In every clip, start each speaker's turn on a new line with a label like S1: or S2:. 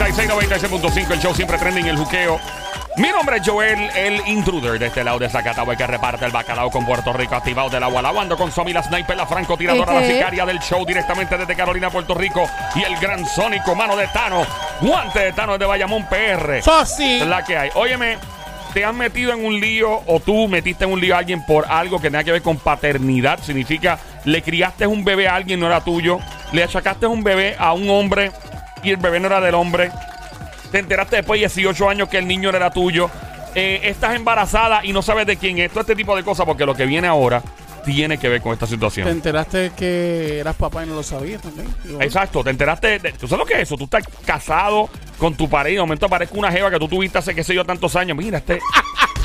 S1: 696.5, el show siempre trending, el juqueo. Mi nombre es Joel, el intruder de este lado de Zacatagua que reparte el bacalao con Puerto Rico activado del agua. Lavando con Somi, la sniper, la francotiradora, la
S2: Ejé.
S1: sicaria del show directamente desde Carolina, Puerto Rico. Y el gran sónico, mano de Tano, guante de Tano de Bayamón PR.
S3: Sosi.
S1: Es la que hay. Óyeme, te han metido en un lío o tú metiste en un lío a alguien por algo que tenga que ver con paternidad. Significa, le criaste un bebé a alguien, no era tuyo. Le achacaste un bebé a un hombre y el bebé no era del hombre. Te enteraste después de 18 años que el niño no era tuyo. Eh, estás embarazada y no sabes de quién es. Todo este tipo de cosas, porque lo que viene ahora tiene que ver con esta situación.
S3: Te enteraste que eras papá y no lo sabías también. Digo,
S1: Exacto, te enteraste. de- ¿Tú sabes lo que es eso? Tú estás casado con tu pareja y de momento aparezca una jeva que tú tuviste hace qué sé yo tantos años. Mira, este.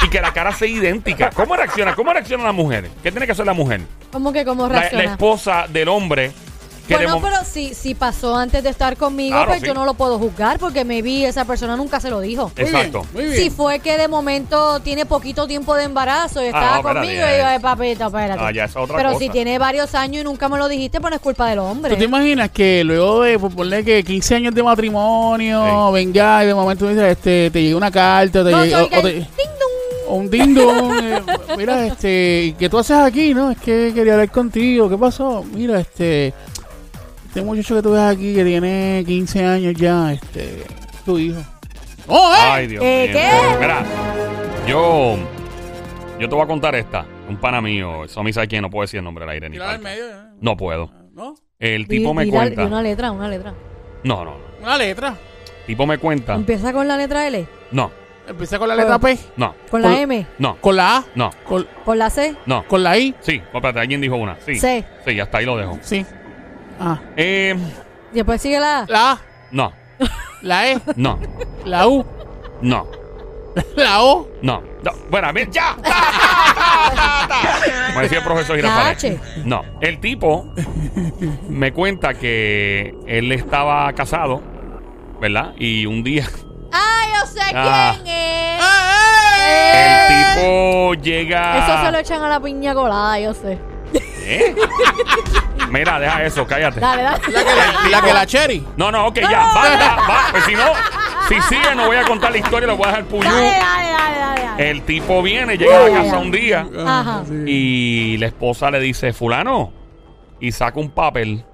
S1: Y que la cara sea idéntica. ¿Cómo reacciona? ¿Cómo reaccionan las mujeres? ¿Qué tiene que hacer la mujer?
S2: ¿Cómo que cómo
S1: La, la
S2: reacciona?
S1: esposa del hombre. que de
S2: bueno,
S1: mom-
S2: pero si, si pasó antes de estar conmigo,
S1: Claro,
S2: pues
S1: sí.
S2: yo no lo puedo juzgar porque maybe esa persona nunca se lo dijo.
S3: Muy bien,
S1: Exacto.
S3: Muy bien.
S2: Si fue que de momento tiene poquito tiempo de embarazo y estaba
S1: Ah, no, espérate,
S2: conmigo,
S1: ya
S2: y yo,
S1: es-
S2: "Ay, papito, espérate.
S1: Ah, ya es otra
S2: pero
S1: cosa.
S2: si tiene varios años y nunca me lo dijiste, pues no es culpa del hombre.
S3: ¿Tú te imaginas que luego de pues, ponle que 15 años de matrimonio, venga y de momento dices, este, te llega una carta, te
S2: no,
S3: llega-
S2: soy
S3: o- o
S2: gay.
S3: te-
S2: Ding dong.
S3: o un dindo, mira, este, ¿qué tú haces aquí? No, es que quería hablar contigo, ¿qué pasó? Mira, este, este muchacho que tú ves aquí que tiene 15 años ya, este, tu hijo. ¡Oh, eh!
S1: Ay, Dios
S2: Eh,
S1: mío.
S2: ¿qué?
S1: Mira, yo. Yo te voy a contar esta. Un pana mío. Eso a mí sabe quién. No puedo decir el nombre al aire. Ni
S3: Tírala al
S1: falta.
S3: medio, eh.
S1: no puedo.
S3: ¿no?
S1: El
S2: Di-
S1: tipo me
S2: di la-
S1: cuenta.
S2: di una letra, una letra.
S1: No, no, no.
S3: Una letra.
S1: El tipo me cuenta.
S2: Empieza con la letra L,
S1: No,
S3: Empieza con la letra P,
S1: no,
S2: con la
S3: Con-
S2: M,
S1: no,
S3: con la A,
S1: no,
S3: con,
S2: con la C.
S1: no.
S3: con la I,
S1: Sí, espérate, alguien dijo una. Sí.
S2: Sí.
S1: Sí, hasta ahí lo dejo.
S3: sí. Ah,
S1: Eh,
S2: Y después sigue la A.
S3: la A,
S1: no,
S3: la E,
S1: no,
S3: la U,
S1: no,
S3: la O.
S1: no. no. Bueno, a mí- ya. Como decía el profesor Girafales.
S2: H.
S1: No, el tipo me cuenta que él estaba casado, ¿verdad? Y un día
S2: ¡Ay, yo sé
S1: Ah.
S2: quién es!
S1: el tipo llega.
S2: Eso se lo echan a la piña colada, yo sé.
S1: ¿Eh? Mira, deja eso, cállate.
S2: Dale, dale.
S3: La que la, la que la Cherry.
S1: No, no, ok, ya, basta, basta. Pues si no, si sigue, no voy a contar la historia, lo voy a dejar puyú.
S2: Dale, dale, dale, dale, dale.
S1: El tipo viene, llega a la casa un día
S2: Ajá.
S1: y la esposa le dice, fulano, y saca un papel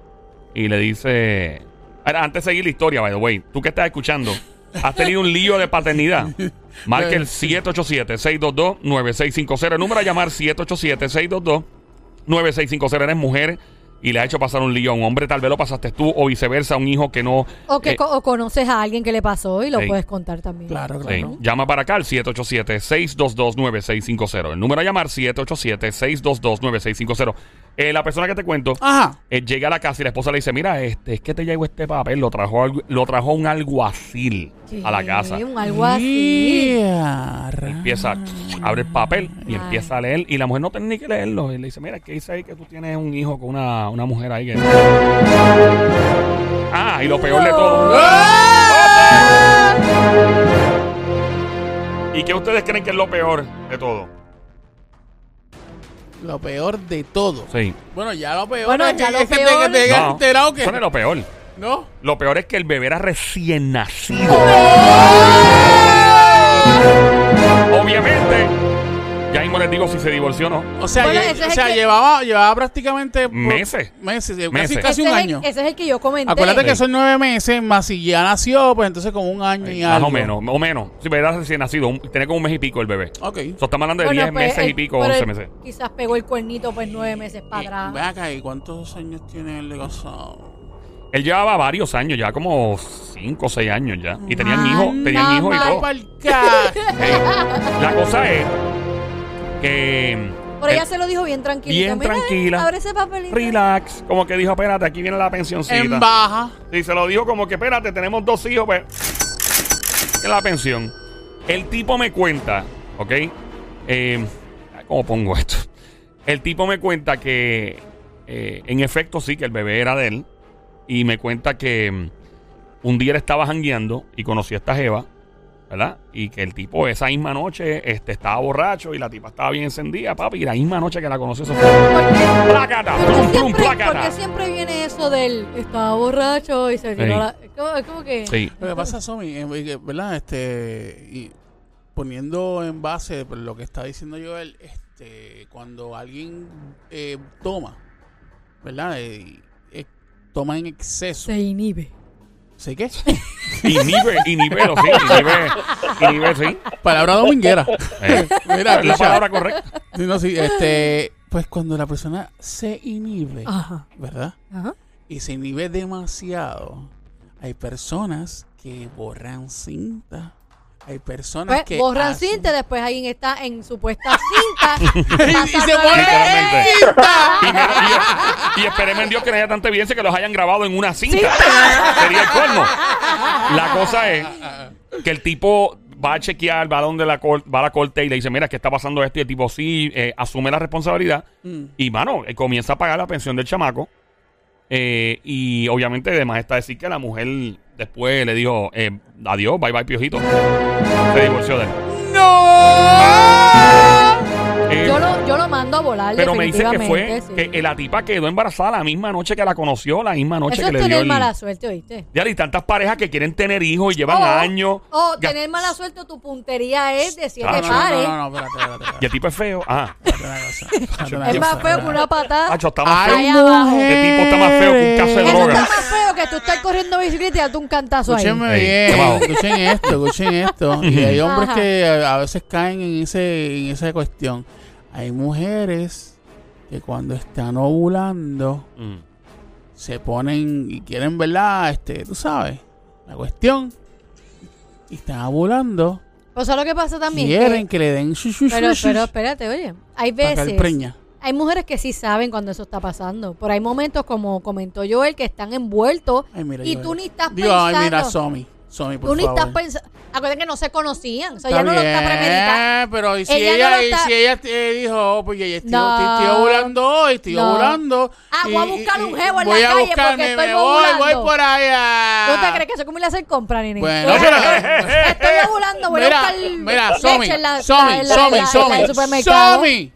S1: y le dice... Ahora, antes de seguir la historia, by the way, tú que estás escuchando, has tenido un lío de paternidad. Marca el 787-622-9650. El número a llamar 787-622-9650. Eres mujer y le has hecho pasar un lío a un hombre. Tal vez lo pasaste tú o viceversa, un hijo que no...
S2: O, que
S1: eh,
S2: co- o conoces a alguien que le pasó y lo
S1: Sí.
S2: puedes contar también.
S3: Claro,
S1: Sí.
S3: claro.
S1: Llama para acá al 787-622-9650. El número a llamar 787-622-9650. Eh, la persona que te cuento
S3: Ajá.
S1: eh, llega a la casa y la esposa le dice, mira, este, es que te llegó este papel, lo trajo, algu- lo trajo un alguacil a la casa.
S2: Sí, Un algo así.
S3: Yeah,
S1: Empieza, abre el papel y empieza a leer. Y la mujer no tiene ni que leerlo. Y le dice, mira, ¿qué dice ahí que tú tienes un hijo con una, una mujer ahí? Que... Ah, y lo peor de todo.
S3: ¡Ah!
S1: ¿Y qué ustedes creen que es lo peor de todo?
S3: Lo peor de todo.
S1: Sí.
S3: Bueno, ya lo peor.
S2: Bueno,
S3: es
S2: ya
S3: que-
S2: lo
S3: es que te-
S2: peor.
S3: que te hayas
S1: No,
S3: enterado que.
S1: eso no es lo peor.
S3: No.
S1: Lo peor es que el bebé era recién nacido. Obviamente, ya mismo les digo si se divorció o no.
S3: O sea,
S2: Bueno,
S3: lle-
S2: ese es
S3: o
S2: el
S3: sea
S2: que-
S3: llevaba, llevaba prácticamente. por-
S1: Meses.
S3: Meses, eh,
S1: Meses.
S3: Casi, casi
S2: Ese
S3: un
S2: Este es el-
S3: año.
S2: ese es el que yo comenté.
S3: Acuérdate que
S1: Sí.
S3: son nueve meses, más si ya nació, pues entonces como un año y
S1: Más
S3: algo.
S1: o menos, o menos. Si era recién nacido, un- tenía como un mes y pico el bebé.
S3: Ok.
S1: So, estamos hablando de
S2: Bueno,
S1: 10
S2: pues,
S1: meses y
S2: el-
S1: pico,
S2: pero
S1: 11
S2: el-
S1: meses.
S2: Quizás pegó el cuernito pues nueve meses
S3: Y-
S2: para
S3: Ve
S2: atrás.
S3: acá, ¿y cuántos años tiene el de casado?
S1: Él llevaba varios años, ya como 5 o 6 años ya. Y tenían hijos, tenían
S3: Anda
S1: hijos y
S3: mal
S1: todo.
S3: pa'l ca-
S1: Sí. La cosa es que.
S2: Pero ella
S1: él-
S2: se lo dijo bien tranquila.
S1: Eh, Bien tranquila.
S2: Abre ese papelito.
S1: Relax. Como que dijo, espérate, aquí viene la
S3: En
S1: pensioncita.
S3: baja.
S1: Y se lo dijo como que, espérate, tenemos dos hijos, pues. En la pensión. El tipo me cuenta, ¿ok? Eh, ¿Cómo pongo esto? El tipo me cuenta que, eh, en efecto, sí, que el bebé era de él. Y me cuenta que mm, un día él estaba jangueando y conocí a esta Jeva. ¿verdad? Y que el tipo esa misma noche este, estaba borracho y la tipa estaba bien encendida, papi, y la misma noche que la conoció eso fue.
S2: ¿Por qué?
S1: Placata,
S2: ¿Por qué
S1: plum, plum,
S2: siempre,
S1: placata.
S2: por qué siempre viene eso del estaba borracho y se tiró
S1: Sí.
S2: la. Es como, es como que.
S1: Sí.
S3: Lo que pasa, Somi, eh, eh, ¿verdad? Este, y poniendo en base por lo que está diciendo Joel, este, cuando alguien eh, toma, ¿verdad? Eh, eh, toma en exceso.
S2: Se inhibe.
S3: ¿Sí qué?
S1: Inhibe, inhibe, lo sí, inhibe, inhibe, sí.
S3: Palabra dominguera.
S1: Eh,
S3: Mira,
S1: es la
S3: Tisha.
S1: palabra correcta.
S3: Sí, no, sí, este, pues cuando la persona se inhibe,
S2: Ajá.
S3: ¿verdad?
S2: Ajá.
S3: Y se inhibe demasiado, hay personas que borran cinta. Hay personas
S2: Pues,
S3: que
S2: borran
S3: hacen-
S2: cinta, después alguien está en supuesta cinta.
S3: y
S2: pasa
S3: se
S2: otra
S3: pone
S2: vez.
S1: Literalmente.
S3: cinta.
S1: Y, y- y esperemos en Dios que les haya tanta evidencia que los hayan grabado en una cinta. Sería el colmo. La cosa es que el tipo va a chequear, va a donde la cor- va a la corte y le dice, mira, ¿qué está pasando esto? Y el tipo sí eh, asume la responsabilidad. Y, mano, eh, comienza a pagar la pensión del chamaco. Eh, y obviamente además está decir que la mujer después le dijo, eh, adiós, bye bye, piojito. Se divorció de él. ¡No!
S2: Yo lo, yo lo mando a volar.
S1: Eh, Pero me dice que fue
S2: definitivamente, sí.
S1: que eh, la tipa quedó embarazada la misma noche que la conoció, la misma noche
S2: Eso es
S1: que le dio
S2: tener
S1: el...
S2: mala suerte, ¿oíste?
S1: Ya, y tantas parejas que quieren tener hijos y llevan
S2: O-
S1: años.
S2: O
S1: Ya-
S2: oh, tener mala suerte, o tu puntería es de siete
S1: Ah,
S3: No, no, no,
S2: pares.
S3: no, no, espérate, espérate, espérate.
S1: Y el tipo es feo. Ah,
S2: Es más feo que una patada.
S1: Pacho, está más
S3: Ay,
S1: feo.
S2: Allá abajo.
S1: Este tipo está más feo que un caso de
S2: Eso
S1: droga.
S2: está más feo que tú estar corriendo bicicleta y darte un cantazo ahí.
S3: Escúchenme
S1: Ey,
S3: bien,
S1: abajo.
S3: escuchen esto, escuchen esto. Y hay hombres
S2: Ajá.
S3: que a, a veces caen en, ese, en esa cuestión. Hay mujeres que cuando están ovulando
S1: Mm.
S3: se ponen y quieren, ¿verdad? Este, tú sabes, la cuestión. Y están ovulando.
S2: O sea, lo que pasa también. que-
S3: Quieren que le den shu, shu, shu,
S2: pero,
S3: shu,
S2: pero
S3: shu,
S2: espérate, oye. Hay
S3: para caer
S2: veces.
S3: preña.
S2: Hay mujeres que sí saben cuando eso está pasando. Pero hay momentos, como comentó Joel, que están envueltos.
S3: Ay, mira,
S2: y
S3: yo-
S2: tú ni estás
S3: Digo,
S2: pensando.
S3: ay, mira, Somi. Somi, por
S2: tú ni
S3: favor.
S2: estás pensando. Acuérdense que no se conocían. O sea,
S3: Está
S2: ella no lo está
S3: bien,
S2: premeditando.
S3: Pero ¿y si
S2: Ella
S3: ella,
S2: no lo
S3: y
S2: está-
S3: si ella te dijo, oh, pues ya ya estoy,
S2: No.
S3: estoy, estoy ovulando hoy, estoy
S2: No.
S3: ovulando.
S2: Ah, voy a buscar un jevo en
S3: voy
S2: la
S3: a
S2: calle
S3: buscarme,
S2: porque estoy
S3: me voy, voy
S2: ovulando.
S3: por allá.
S2: ¿Tú te crees que eso es como le hacer compra,
S3: Ah.
S2: nene?
S3: Bueno,
S2: Yo-
S3: pero-
S2: Estoy ovulando, voy
S3: mira,
S2: a buscar
S3: mira,
S2: leche
S3: Somi,
S2: en la- la-
S3: Somi,
S2: en la- en la-
S3: Somi,
S2: en la del
S3: Somi,
S2: supermercado.
S3: Somi.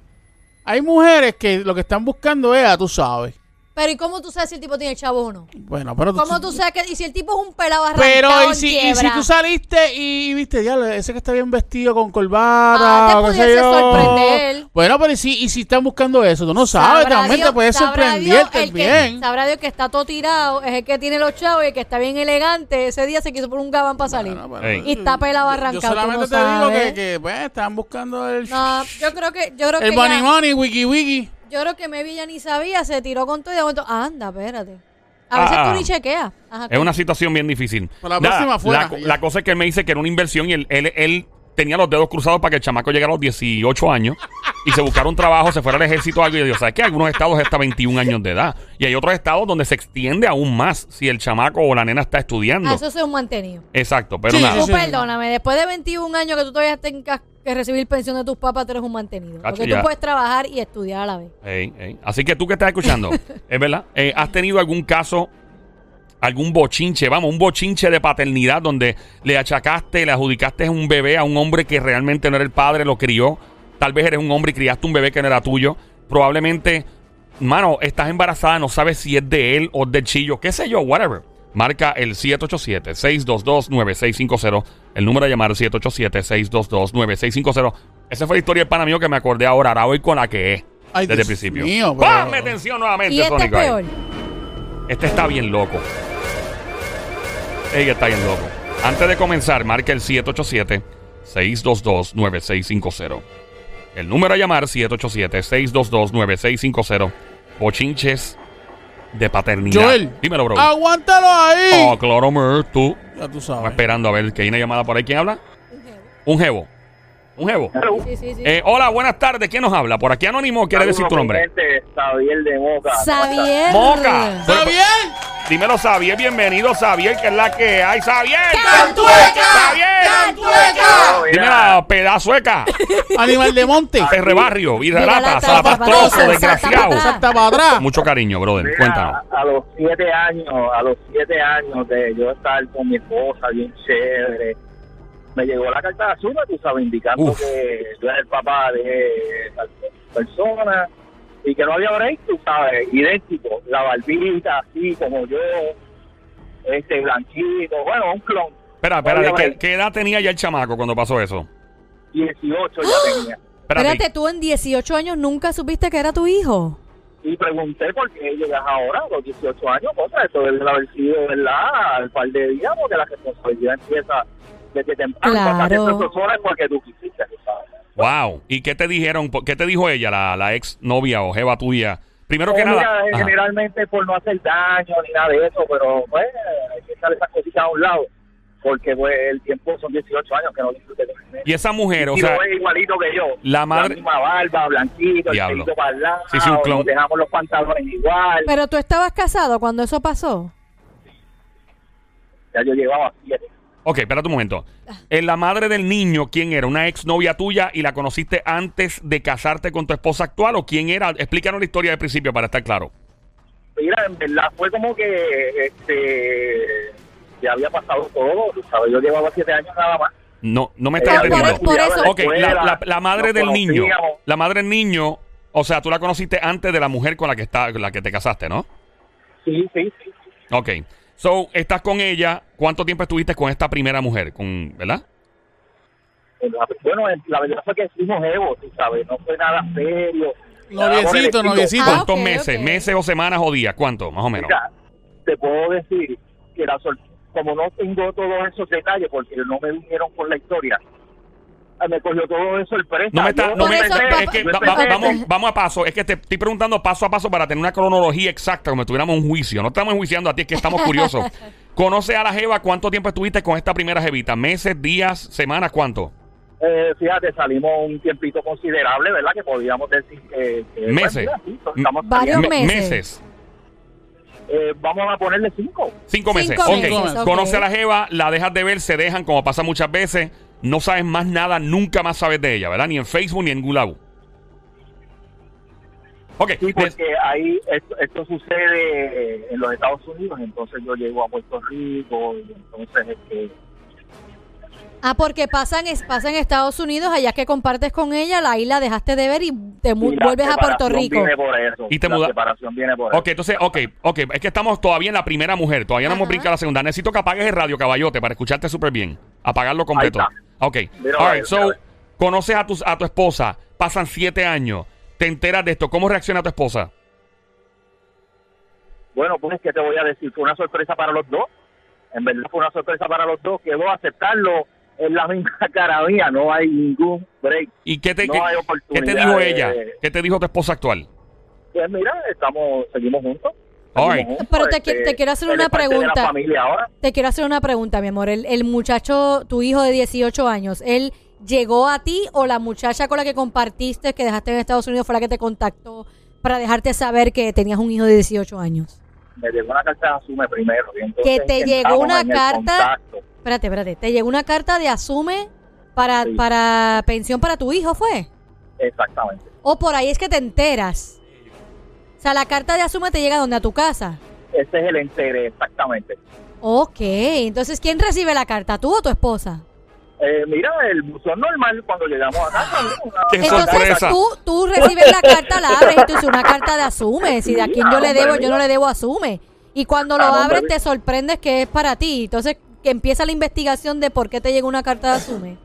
S3: Hay mujeres que lo que están buscando es, ah, tú sabes.
S2: Pero ¿y cómo tú sabes si el tipo tiene el chavo o no?
S3: Bueno, pero
S2: ¿Cómo tú sabes que y si el tipo es un pelado arrancado
S3: Pero
S2: en
S3: ¿y si, y
S2: quiebra?
S3: si tú saliste y viste, ya, ese que está bien vestido con corbata,
S2: Ah, te
S3: o qué sé
S2: pudiese
S3: yo.
S2: sorprender.
S3: Bueno, pero ¿y si, y si están buscando eso? Tú no sabes,
S2: Sabrá
S3: también
S2: Dios-
S3: te puede
S2: sabrá
S3: sorprender
S2: Dios el que-
S3: también.
S2: sabrá Dios que está todo tirado, es el que tiene los chavos y el que está bien elegante. Ese día se quiso por un gabán para salir.
S3: Bueno, pues.
S1: Ey.
S2: Y está pelado arrancado,
S3: Yo solamente
S2: tú
S3: te
S2: no
S3: digo que,
S2: sabes.
S3: que, pues, están buscando el,
S2: No, yo creo que, yo creo
S3: el
S2: que
S3: money
S2: ya,
S3: money, wiki wiki.
S2: yo creo que maybe ya ni sabía, se tiró con todo y de momento, anda, espérate. A veces
S1: Ah, ah.
S2: tú ni chequeas. Ajá,
S1: Es una situación bien difícil.
S3: Para Pues la próxima fuera,
S1: la co-
S3: ya.
S1: la cosa es que él me dice que era una inversión y él, él, él tenía los dedos cruzados para que el chamaco llegara a los 18 años y se buscara un trabajo, se fuera al ejército o algo. Y Dios, ¿sabes que Algunos estados hasta 21 años de edad. Y hay otros estados donde se extiende aún más si el chamaco o la nena está estudiando.
S2: Ah, eso es un mantenido.
S1: Exacto, pero
S3: Sí,
S1: nada.
S2: Tú
S3: sí, sí.
S2: perdóname, después de 21 años que tú todavía tengas que recibir pensión de tus papás, tú eres un mantenido.
S1: Cacho,
S2: porque
S1: ya.
S2: tú puedes trabajar y estudiar a la vez.
S1: Ey, ey. Así que tú que estás escuchando, es verdad, eh, ¿has tenido algún caso, algún bochinche, vamos, un bochinche de paternidad donde le achacaste, le adjudicaste un bebé a un hombre que realmente no era el padre, lo crió? Tal vez eres un hombre y criaste un bebé que no era tuyo. Probablemente, mano, estás embarazada, no sabes si es de él o del chillo, qué sé yo, whatever. Marca el 787-622-9650. El número de llamar 787-622-9650. Esa fue la historia del pana mío que me acordé ahora. Ahora voy con la que es.
S3: Ay,
S1: desde el
S3: Dios
S1: principio.
S3: mío, pero-
S1: ¡Ponme atención nuevamente,
S2: Y este es
S1: Sónico, ahí.
S2: peor.
S1: Este está bien loco. Ella está bien loco. Antes de comenzar, marca el 787-622-9650. El número a llamar 787-622-9650. Bochinches de paternidad.
S3: Joel, Ah,
S1: Dímelo, bro.
S3: aguántalo ahí.
S1: Oh, claro, mer, tú.
S3: Ya tú
S1: Estamos
S3: sabes.
S1: esperando a ver que hay una llamada por ahí. ¿Quién habla? Un jevo. Un jevo.
S4: Ah,
S2: Sí, sí, sí.
S1: Eh, hola, buenas tardes. ¿Quién nos habla? Por aquí anónimo, ¿quiere decir tu nombre?
S4: Xavier de Moca.
S2: Xavier.
S1: Moca.
S3: ¿Está bien?
S1: Dímelo, Xavier. Bienvenido, Xavier, que es la que hay. ¡Xavier!
S3: ¡Cantueca!
S1: ¡Xavier!
S3: ¡Cantueca!
S1: Dímelo, pedazueca,
S3: Animal de monte.
S1: perrebarrio, virrelata,
S2: Virrelata,
S1: zapastroso,
S2: zapatoso,
S1: desgraciado.
S2: zapapatá.
S3: Salta para atrás.
S1: Mucho cariño, brother.
S4: Mira,
S1: Cuéntanos.
S4: A los siete años, a los siete años de yo estar con mi esposa bien chévere, me llegó la carta de Azuma, tú sabes, indicando
S1: Uf.
S4: que yo era el papá de tal persona y que no había break, tú sabes, idéntico, la barbita, así como yo, este blanquito, bueno, un clon.
S1: Espera, espera, ¿qué,
S4: Obviamente.
S1: qué edad tenía ya el chamaco cuando pasó eso?
S4: 18 ya tenía.
S1: Espérate.
S2: Espérate, tú en 18 años nunca supiste que era tu hijo.
S4: Y pregunté por qué llegas ahora, a los 18 años, cosa, eso debe de haber sido, ¿verdad? Al par de días, porque la responsabilidad empieza desde temprano. Hasta que
S2: Claro.
S4: eso son horas porque tú quisiste, tú ¿sabes?
S1: Wow. ¿Y qué te dijeron? ¿Por- ¿Qué te dijo ella, la, la ex novia o jeva tuya? Primero que
S4: Eh,
S1: nada.
S4: mira, eh,
S1: Ajá.
S4: generalmente por no hacer daño ni nada de eso, pero pues hay que echar esas cositas a un lado, porque pues el tiempo son 18 años que no disfrute de nada.
S1: Y esa mujer, o
S4: Y
S1: sea,
S4: lo es igualito que yo.
S1: la madre-
S4: misma barba, blanquito,
S1: Diablo.
S4: el pelito para el lado,
S1: Sí, sí, un clon.
S4: nos dejamos los pantalones igual.
S2: Pero tú estabas casado cuando eso pasó.
S4: Ya yo llevaba siete.
S1: ok, espérate un momento. Eh, la madre del niño, ¿quién era? ¿Una ex novia tuya y la conociste antes de casarte con tu esposa actual o quién era? Explícanos la historia del principio para estar claro.
S4: Mira, en verdad fue como que este ya había pasado todo, tú ¿sabes? Yo llevaba siete años nada más.
S1: No, no me
S4: Ella
S1: estás
S2: por-
S4: había
S1: entendiendo.
S2: por
S4: estudiado en
S2: eso-
S1: Ok, la,
S4: escuela,
S1: la- la madre
S4: nos
S1: del niño.
S4: conocíamos.
S1: La madre del niño, o sea, tú la conociste antes de la mujer con la que, está, con la que te casaste, ¿no?
S4: Sí, sí, sí.
S1: Ok. So, estás con ella. ¿Cuánto tiempo estuviste con esta primera mujer? Con, ¿Verdad?
S4: Bueno, la verdad fue que fuimos Evo, tú sabes, no fue nada serio.
S3: Noviecito, noviecito.
S2: Ah,
S1: ¿Cuántos
S2: ok,
S1: meses?
S2: ok.
S1: ¿Meses o semanas o días? ¿Cuánto? Más o menos.
S4: Mira, te puedo decir que era sol- como no tengo todos esos detalles porque no me vinieron con la historia, ah, me cogió todo de sorpresa.
S1: No me está,
S4: Yo
S1: no me
S2: Por
S1: está-
S2: eso,
S1: es que
S4: yo
S1: va- va-
S4: empecé-
S1: vamos, vamos a paso. Es que te estoy preguntando paso a paso para tener una cronología exacta, como si tuviéramos un juicio. No estamos enjuiciando a ti, es que estamos curiosos. ¿Conoce a la Jeva cuánto tiempo estuviste con esta primera Jevita? ¿Meses, días, semanas? ¿Cuánto?
S4: eh, fíjate, salimos un tiempito considerable, ¿verdad? Que podíamos decir que... que, pues,
S1: Meses.
S4: mira, sí, estamos
S2: Varios
S4: saliendo.
S1: Me-
S2: meses.
S4: Eh, vamos a ponerle cinco.
S1: Cinco meses.
S2: Cinco
S1: ok.
S2: meses, ok.
S1: Conoce a la Jeva, la dejas de ver, se dejan, como pasa muchas veces. No sabes más nada, nunca más sabes de ella, ¿verdad? Ni en Facebook ni en Gulau. Ok.
S4: Sí, pues,
S1: des-
S4: porque ahí esto, esto sucede eh, en los Estados Unidos, entonces yo llego a Puerto Rico y entonces este,
S2: Ah, porque pasan, es, pasa en Estados Unidos, allá que compartes con ella, la isla dejaste de ver y te mu-
S4: y la
S2: vuelves a Puerto
S4: separación
S2: Rico.
S4: Viene por eso,
S1: Y te
S4: la
S1: muda-
S4: separación viene por
S1: Ok, entonces, ok, ok. Es que estamos todavía en la primera mujer. Todavía no hemos
S2: Ajá.
S1: brincado a la segunda. Necesito que apagues el radio, caballote, para escucharte súper bien. Apagarlo completo.
S4: Ahí
S1: Ok.
S4: Mira,
S1: All right,
S4: vale,
S1: so,
S4: vale.
S1: conoces a tu, a tu esposa. Pasan siete años. Te enteras de esto. ¿Cómo reacciona tu esposa?
S4: eso. Bueno, pues que te voy a decir, fue una sorpresa para los dos. En verdad fue una sorpresa para los dos. Quedó aceptarlo en la misma cara mía. No hay ningún break.
S1: ¿Y qué te,
S4: No
S1: qué-
S4: hay
S1: qué te
S4: oportunidad
S1: dijo
S4: de-
S1: ella? ¿Qué te dijo tu esposa actual?
S4: Pues mira, estamos, seguimos juntos.
S1: All
S4: Seguimos
S1: right.
S4: juntos,
S2: Pero te qui- te quiero hacer
S4: él
S2: una
S4: es parte de la
S2: pregunta.
S4: familia ahora.
S2: Te quiero hacer una pregunta, mi amor. El, el muchacho, tu hijo de 18 años, ¿él llegó a ti o la muchacha con la que compartiste, que dejaste en Estados Unidos, fue la que te contactó para dejarte saber que tenías un hijo de 18 años?
S4: Me llegó una carta de Asume primero. y entonces
S2: Que te llegó
S4: entramos
S2: una
S4: en el
S2: carta-
S4: contacto.
S2: Espérate, espérate. ¿Te llegó una carta de asume para,
S4: Sí.
S2: para pensión para tu hijo, fue?
S4: Exactamente.
S2: O por ahí es que te enteras. O sea, la carta de asume te llega donde a tu casa.
S4: Ese es el entere, exactamente.
S2: Ok, entonces ¿quién recibe la carta? ¿Tú o tu esposa?
S4: Eh, mira, el buzón normal cuando llegamos a casa. ¿no? Una-
S1: Qué
S4: una-
S2: Ah, Entonces
S1: sorpresa.
S2: tú, tú recibes la carta, la abres y tú dices una carta de asume. Si de a quién yo le debo, yo no le debo asume. Y cuando lo
S4: Ah, no,
S2: abres
S4: baby.
S2: te sorprendes que es para ti. Entonces que empieza la investigación de por qué te llegó una carta de asume.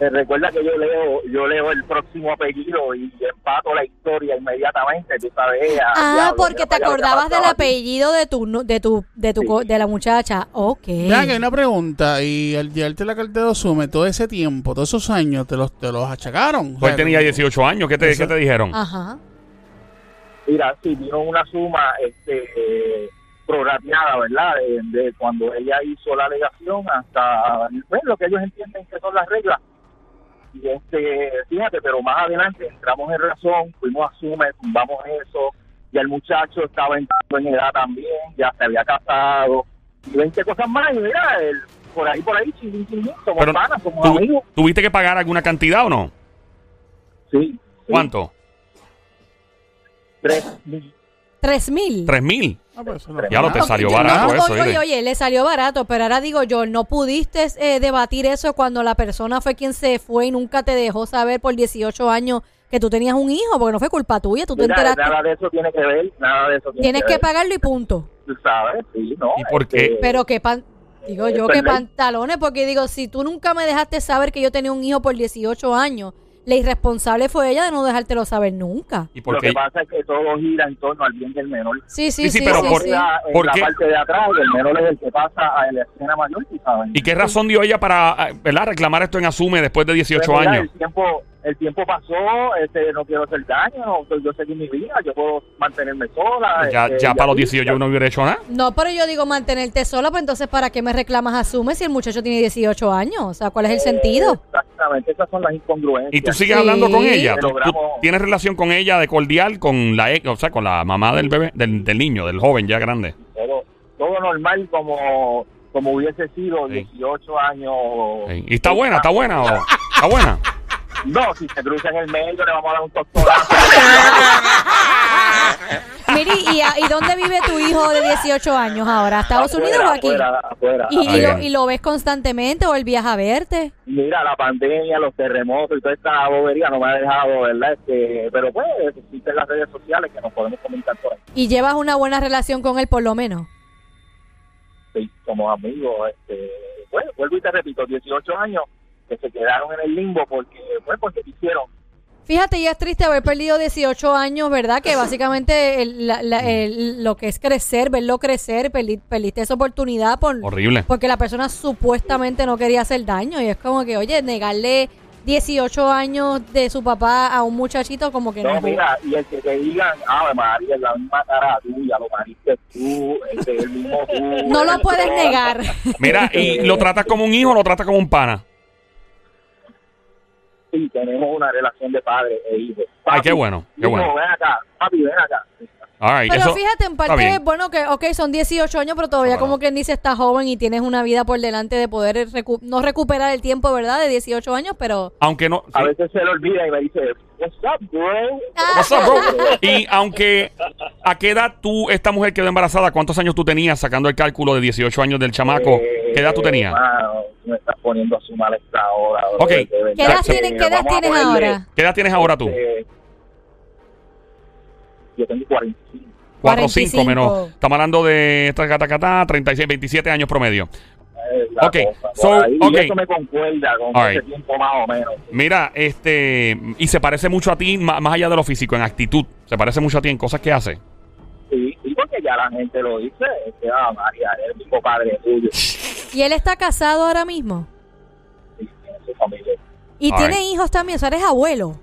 S4: Eh, recuerda que yo leo, yo leo el próximo apellido y empato la historia inmediatamente, tú sabes. ya,
S2: Ah,
S4: diablo,
S2: porque
S4: ya
S2: te
S4: para allá, ya
S2: acordabas
S4: para
S2: del
S4: acá.
S2: apellido de tu no- de tu de tu
S4: Sí.
S2: co- de la muchacha. Ok.
S3: Mira, que hay una pregunta. Y al llevarte la carta de Osume, todo ese tiempo, todos esos años, te los, te los achacaron. O
S1: Pues
S3: sea,
S1: él tenía 18 años. ¿Qué te,
S3: Eso-
S1: qué te dijeron?
S2: Ajá.
S4: Mira, sí, vino una suma este, eh, prorrateada, ¿verdad? De, de cuando ella hizo la alegación hasta bueno, lo que ellos entienden que son las reglas. Y este, fíjate, pero más adelante entramos en razón, fuimos a Sume, tumbamos eso, ya el muchacho estaba entrando en edad también, ya se había casado, y 20 cosas más, y mira, el- por ahí, por ahí, chilín, chilín, somos
S1: Pero,
S4: panas, somos
S1: ¿tú-
S4: amigos.
S1: ¿Tuviste que pagar alguna cantidad o no?
S4: Sí.
S1: ¿Cuánto?
S4: Sí, tres mil.
S2: Tres mil.
S1: ¿Tres mil?
S3: Ah, pues eso no-
S1: Ya lo te
S3: Ah,
S1: salió
S2: Oye,
S1: barato
S2: oye,
S1: eso,
S2: Oye,
S1: dile.
S2: oye, le salió barato, pero ahora digo yo, no pudiste eh, debatir eso cuando la persona fue quien se fue y nunca te dejó saber por 18 años que tú tenías un hijo, porque no fue culpa tuya, tú te
S4: Mira,
S2: enteraste.
S4: nada de eso tiene que ver, nada de eso tiene
S2: Tienes que
S4: ver.
S2: pagarlo y punto.
S4: Tú sabes, sí, ¿no?
S1: ¿Y por qué?
S4: Este,
S2: Pero que pan, digo yo
S4: Pues
S2: que
S4: no.
S2: pantalones, porque digo, si tú nunca me dejaste saber que yo tenía un hijo por 18 años, la irresponsable fue ella de no dejártelo saber nunca.
S1: ¿Y por
S4: Lo
S1: qué?
S4: que pasa es que todo gira en torno al bien del menor.
S2: Sí, sí,
S1: Sí,
S2: sí,
S1: sí, pero
S2: sí,
S1: por-
S2: sí.
S4: La- en
S1: ¿por
S4: la
S1: qué?
S4: parte de atrás, el menor es el que pasa a la escena mayor, tú sabes.
S1: ¿Y qué razón dio ella para eh, ¿verdad? reclamar esto en Asume después de 18
S4: Pues mira,
S1: años?
S4: El tiempo, el tiempo pasó, este, no quiero hacer daño, no, yo seguí mi vida, yo puedo mantenerme sola.
S1: Pues Ya,
S4: este,
S1: ya para los
S4: sí,
S1: 18 yo no hubiera hecho nada.
S2: No, pero yo digo mantenerte sola, pues entonces ¿para qué me reclamas asume si el muchacho tiene 18 años? O sea, ¿cuál es el sentido?
S4: Exactamente, esas son las incongruencias.
S1: ¿Y tú sigues
S2: Sí.
S1: hablando con ella?
S4: Pero
S1: ¿Tú, tú
S4: bravo.
S1: tienes relación con ella de cordial con la ex, o sea, con la mamá del bebé, del, del niño, del joven ya grande?
S4: Todo, todo normal como, como hubiese sido
S1: Sí.
S4: 18 años.
S1: Sí. ¿Y está buena? ¿Está buena? o- ¿Está buena?
S4: No, si se cruza en el medio le vamos a dar un tostonazo.
S2: Miri, ¿y, a- y dónde vive tu hijo de 18 años ahora? ¿Estados
S4: Afuera,
S2: Unidos o aquí?
S4: Afuera, afuera.
S2: ¿Y, y lo,
S1: Ahí.
S2: y lo ves constantemente o él viaja a verte?
S4: Mira, la pandemia, los terremotos y toda esta bobería no me ha dejado, ¿verdad? Este, pero pues existen las redes sociales que nos podemos comunicar por ahí.
S2: ¿Y llevas una buena relación con él por lo menos?
S4: Sí, somos amigos. Este, bueno, vuelvo y te repito, 18 años que se quedaron en el limbo porque, pues, porque quisieron.
S2: Fíjate, y es triste haber perdido 18 años, ¿verdad? Que básicamente el- la- la- el- lo que es crecer, verlo crecer, perdi- perdiste esa oportunidad por,
S1: Horrible.
S2: porque la persona supuestamente no quería hacer daño. Y es como que, oye, negarle 18 años de su papá a un muchachito como que no.
S4: No,
S2: es justo.
S4: mira, y el que te digan, Ave María, es la misma cara tuya, lo mariste tú, este, el mismo tú.
S2: No lo puedes negar.
S1: Mira, ¿y lo tratas como un hijo o lo tratas como un pana?
S4: Sí, tenemos una relación de padre e hijo.
S1: Ay,
S4: Papi,
S1: qué bueno, qué
S4: hijo,
S1: bueno.
S4: ven acá, papi, ven acá.
S1: All right,
S2: Pero
S1: eso-
S2: fíjate, en
S1: está
S2: parte,
S1: bien.
S2: bueno, que, ok, son 18 años, pero todavía
S1: Está bueno.
S2: como quien dice, está joven y tienes una vida por delante de poder recu- no recuperar el tiempo, ¿verdad? De 18 años, pero...
S1: Aunque no...
S4: A
S1: sí.
S4: veces se le olvida y me dice, what's up, bro?
S1: What's up, bro? Y aunque a qué edad tú, esta mujer quedó embarazada, ¿cuántos años tú tenías sacando el cálculo de 18 años del chamaco?
S4: Eh,
S1: ¿Qué edad tú tenías?
S4: mano, me estás poniendo a su mal esta hora. bro,
S1: Ok.
S4: de
S2: ¿Qué
S4: verdad
S2: edad
S4: que
S2: tienes, qué edad
S4: vamos a
S2: tienes
S4: ponerle,
S2: ahora?
S1: ¿Qué edad tienes ahora tú?
S4: eh, yo tengo 45.
S1: 4 o 5
S2: 45.
S1: menos. Estamos hablando de ta, ta, ta, ta, 36, 27 años promedio.
S4: eh, la
S1: Ok,
S4: cosa, por
S1: so,
S4: ahí,
S1: ok.
S4: Y eso me concuerda con
S1: All
S4: ese
S1: right. Mm.
S4: tiempo más o menos.
S1: Mira, este. Y se parece mucho a ti, ma- más allá de lo físico, en actitud. Se parece mucho a ti en cosas que hace.
S4: Sí, y porque ya la gente lo dice, este, ah, María, es el mismo padre tuyo.
S2: ¿Y él está casado ahora mismo?
S4: Sí, tiene su familia.
S2: Y
S1: Ay.
S2: tiene hijos también, o sea, eres abuelo.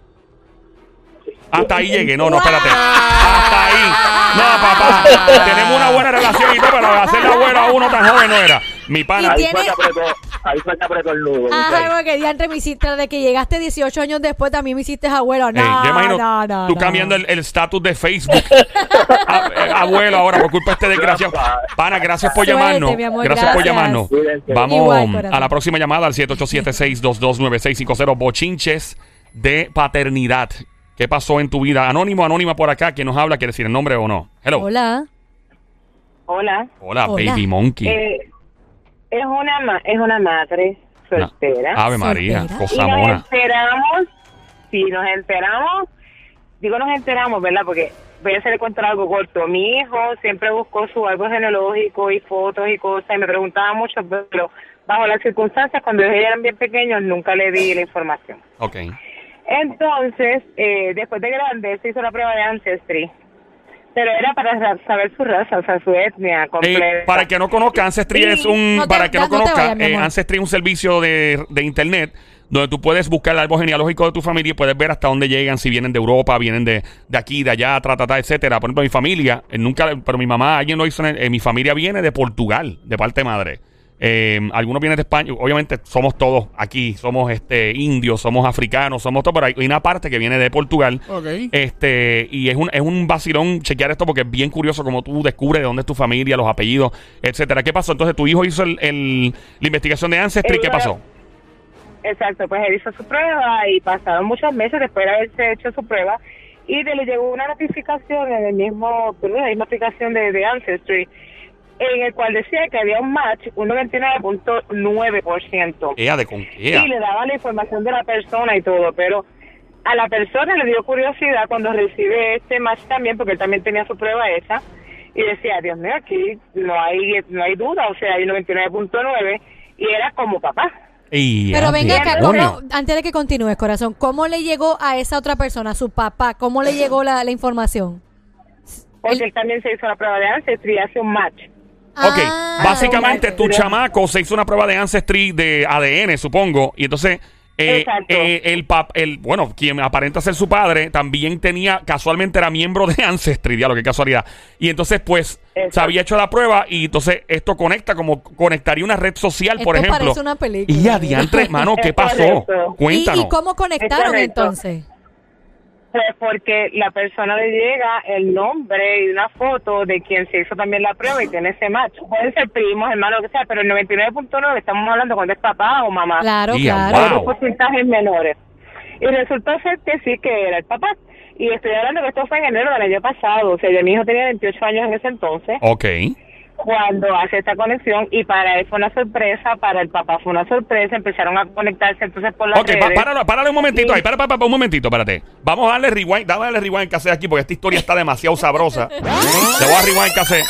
S1: Hasta ahí llegué. No, no, espérate. Hasta ahí. No, papá. Tenemos una buena relación y todo, pero hacerle abuelo a uno tan joven no era. Mi pana.
S2: Y
S4: Ahí
S2: tiene-
S4: fue que apretó, ahí fue que apretó el nudo.
S2: Ajá, porque diantre me hiciste, de que llegaste 18 años después también me hiciste abuelo. No,
S1: Ey, yo imagino
S2: no, no,
S1: tú
S2: no.
S1: cambiando el el estatus de Facebook. A- eh, abuelo ahora, por culpa de este desgraciado. Pana, gracias por
S2: Suerte,
S1: llamarnos.
S2: mi amor,
S1: gracias por
S2: gracias.
S1: llamarnos.
S4: Cuídense.
S1: Vamos
S2: Igual, corazón.
S1: a la próxima llamada al 787-622-9650. Bochinches de paternidad. ¿Qué pasó en tu vida? Anónimo, anónima por acá. ¿Quién nos habla? ¿Quiere decir el nombre o no? Hello. Hola,
S2: Hola.
S5: Hola.
S2: Hola.
S1: Baby Monkey.
S5: Eh, es una ma- es una madre
S1: Una-
S5: soltera.
S1: Ave María,
S2: Soltera.
S5: y
S1: cosa
S5: nos
S1: mona.
S5: enteramos, si nos enteramos, digo nos enteramos, ¿verdad? Porque voy a hacer el cuento algo corto. Mi hijo siempre buscó su árbol genealógico y fotos y cosas y me preguntaba mucho, pero bajo las circunstancias, cuando ellos eran bien pequeños, nunca le di la información.
S1: Ok.
S5: Entonces, eh, después de grande, se hizo la prueba de Ancestry. Pero era para ra- saber su raza, o sea, su etnia
S1: Eh,
S5: completa.
S1: para el que no conozca, Ancestry
S5: Sí.
S1: es un.
S2: No te-
S1: para el que no
S2: no te
S1: conozca,
S2: vayas, mi
S1: eh,
S2: amor.
S1: Ancestry es un servicio de, de internet donde tú puedes buscar el árbol genealógico de tu familia y puedes ver hasta dónde llegan, si vienen de Europa, vienen de, de aquí, de allá, tra, tra, tra, etcétera. Por ejemplo, mi familia, eh, nunca, pero mi mamá, alguien lo hizo, en el- eh, mi familia viene de Portugal, de parte de madre. Eh, algunos vienen de España, obviamente somos todos aquí, somos este indios, somos africanos, somos todos, pero hay hay una parte que viene de Portugal.
S3: Ok.
S1: Este, y es un, es un vacilón chequear esto porque es bien curioso como tú descubres de dónde es tu familia, los apellidos, etcétera. ¿Qué pasó? Entonces tu hijo hizo el, el- la investigación de Ancestry.
S5: Él
S1: ¿Qué
S5: iba a-
S1: pasó?
S5: Exacto, pues él hizo su prueba y pasaron muchos meses después de haberse hecho su prueba y te le llegó una notificación en el mismo, perdón, en la misma aplicación de, de Ancestry, en el cual decía que había un match, un 99.9%.
S1: Ea de con Eh, ea.
S5: Y le daba la información de la persona y todo, pero a la persona le dio curiosidad cuando recibe este match también, porque él también tenía su prueba esa, y decía, Dios mío, aquí no hay, no hay duda, o sea, hay 99.9, y era como papá.
S1: Ea
S2: Pero
S1: de
S2: venga acá, ¿cómo-
S1: demonio.
S2: antes de que continúes, corazón, ¿cómo le llegó a esa otra persona, a su papá? ¿Cómo le llegó la, la información?
S5: Porque él también se hizo la prueba de Ancestry y hace un match.
S1: Ok,
S2: Ah,
S1: básicamente
S5: ok.
S1: tu chamaco se hizo una prueba de Ancestry de ADN, supongo, y entonces eh,
S5: Exacto.
S1: eh, el, pap- el bueno, quien aparenta ser su padre, también tenía, casualmente era miembro de Ancestry, diablo, qué casualidad. Y entonces, pues, se
S5: Exacto.
S1: había hecho la prueba y entonces esto conecta, como conectaría una red social, por
S2: Esto
S1: ejemplo.
S2: parece una película.
S1: Y adiantre, hermano, ¿qué
S5: Es
S1: pasó?
S2: ¿Y,
S5: correcto.
S1: Cuéntanos.
S2: y cómo conectaron
S5: correcto.
S2: entonces?
S5: Pues porque la persona le llega el nombre y una foto de quien se hizo también la prueba y tiene ese macho. Pueden ser primos, hermanos, lo que sea, pero el 99.9 estamos hablando cuando es papá o mamá.
S2: Claro,
S1: Día,
S2: claro.
S1: wow.
S5: Los porcentajes menores. Y resultó ser que sí que era el papá. Y estoy hablando que esto fue en enero del año pasado. O sea, ya mi hijo tenía 28 años en ese entonces
S1: Ok.
S5: cuando hace esta conexión y para él fue una sorpresa, para el papá fue una sorpresa, empezaron a conectarse entonces por la
S1: Ok, pa- páralo, páralo un momentito ahí, para, para, para, un momentito, espérate. Vamos a darle rewind, dame darle rewind cassette aquí porque esta historia está demasiado sabrosa. Te voy a rewind cassette.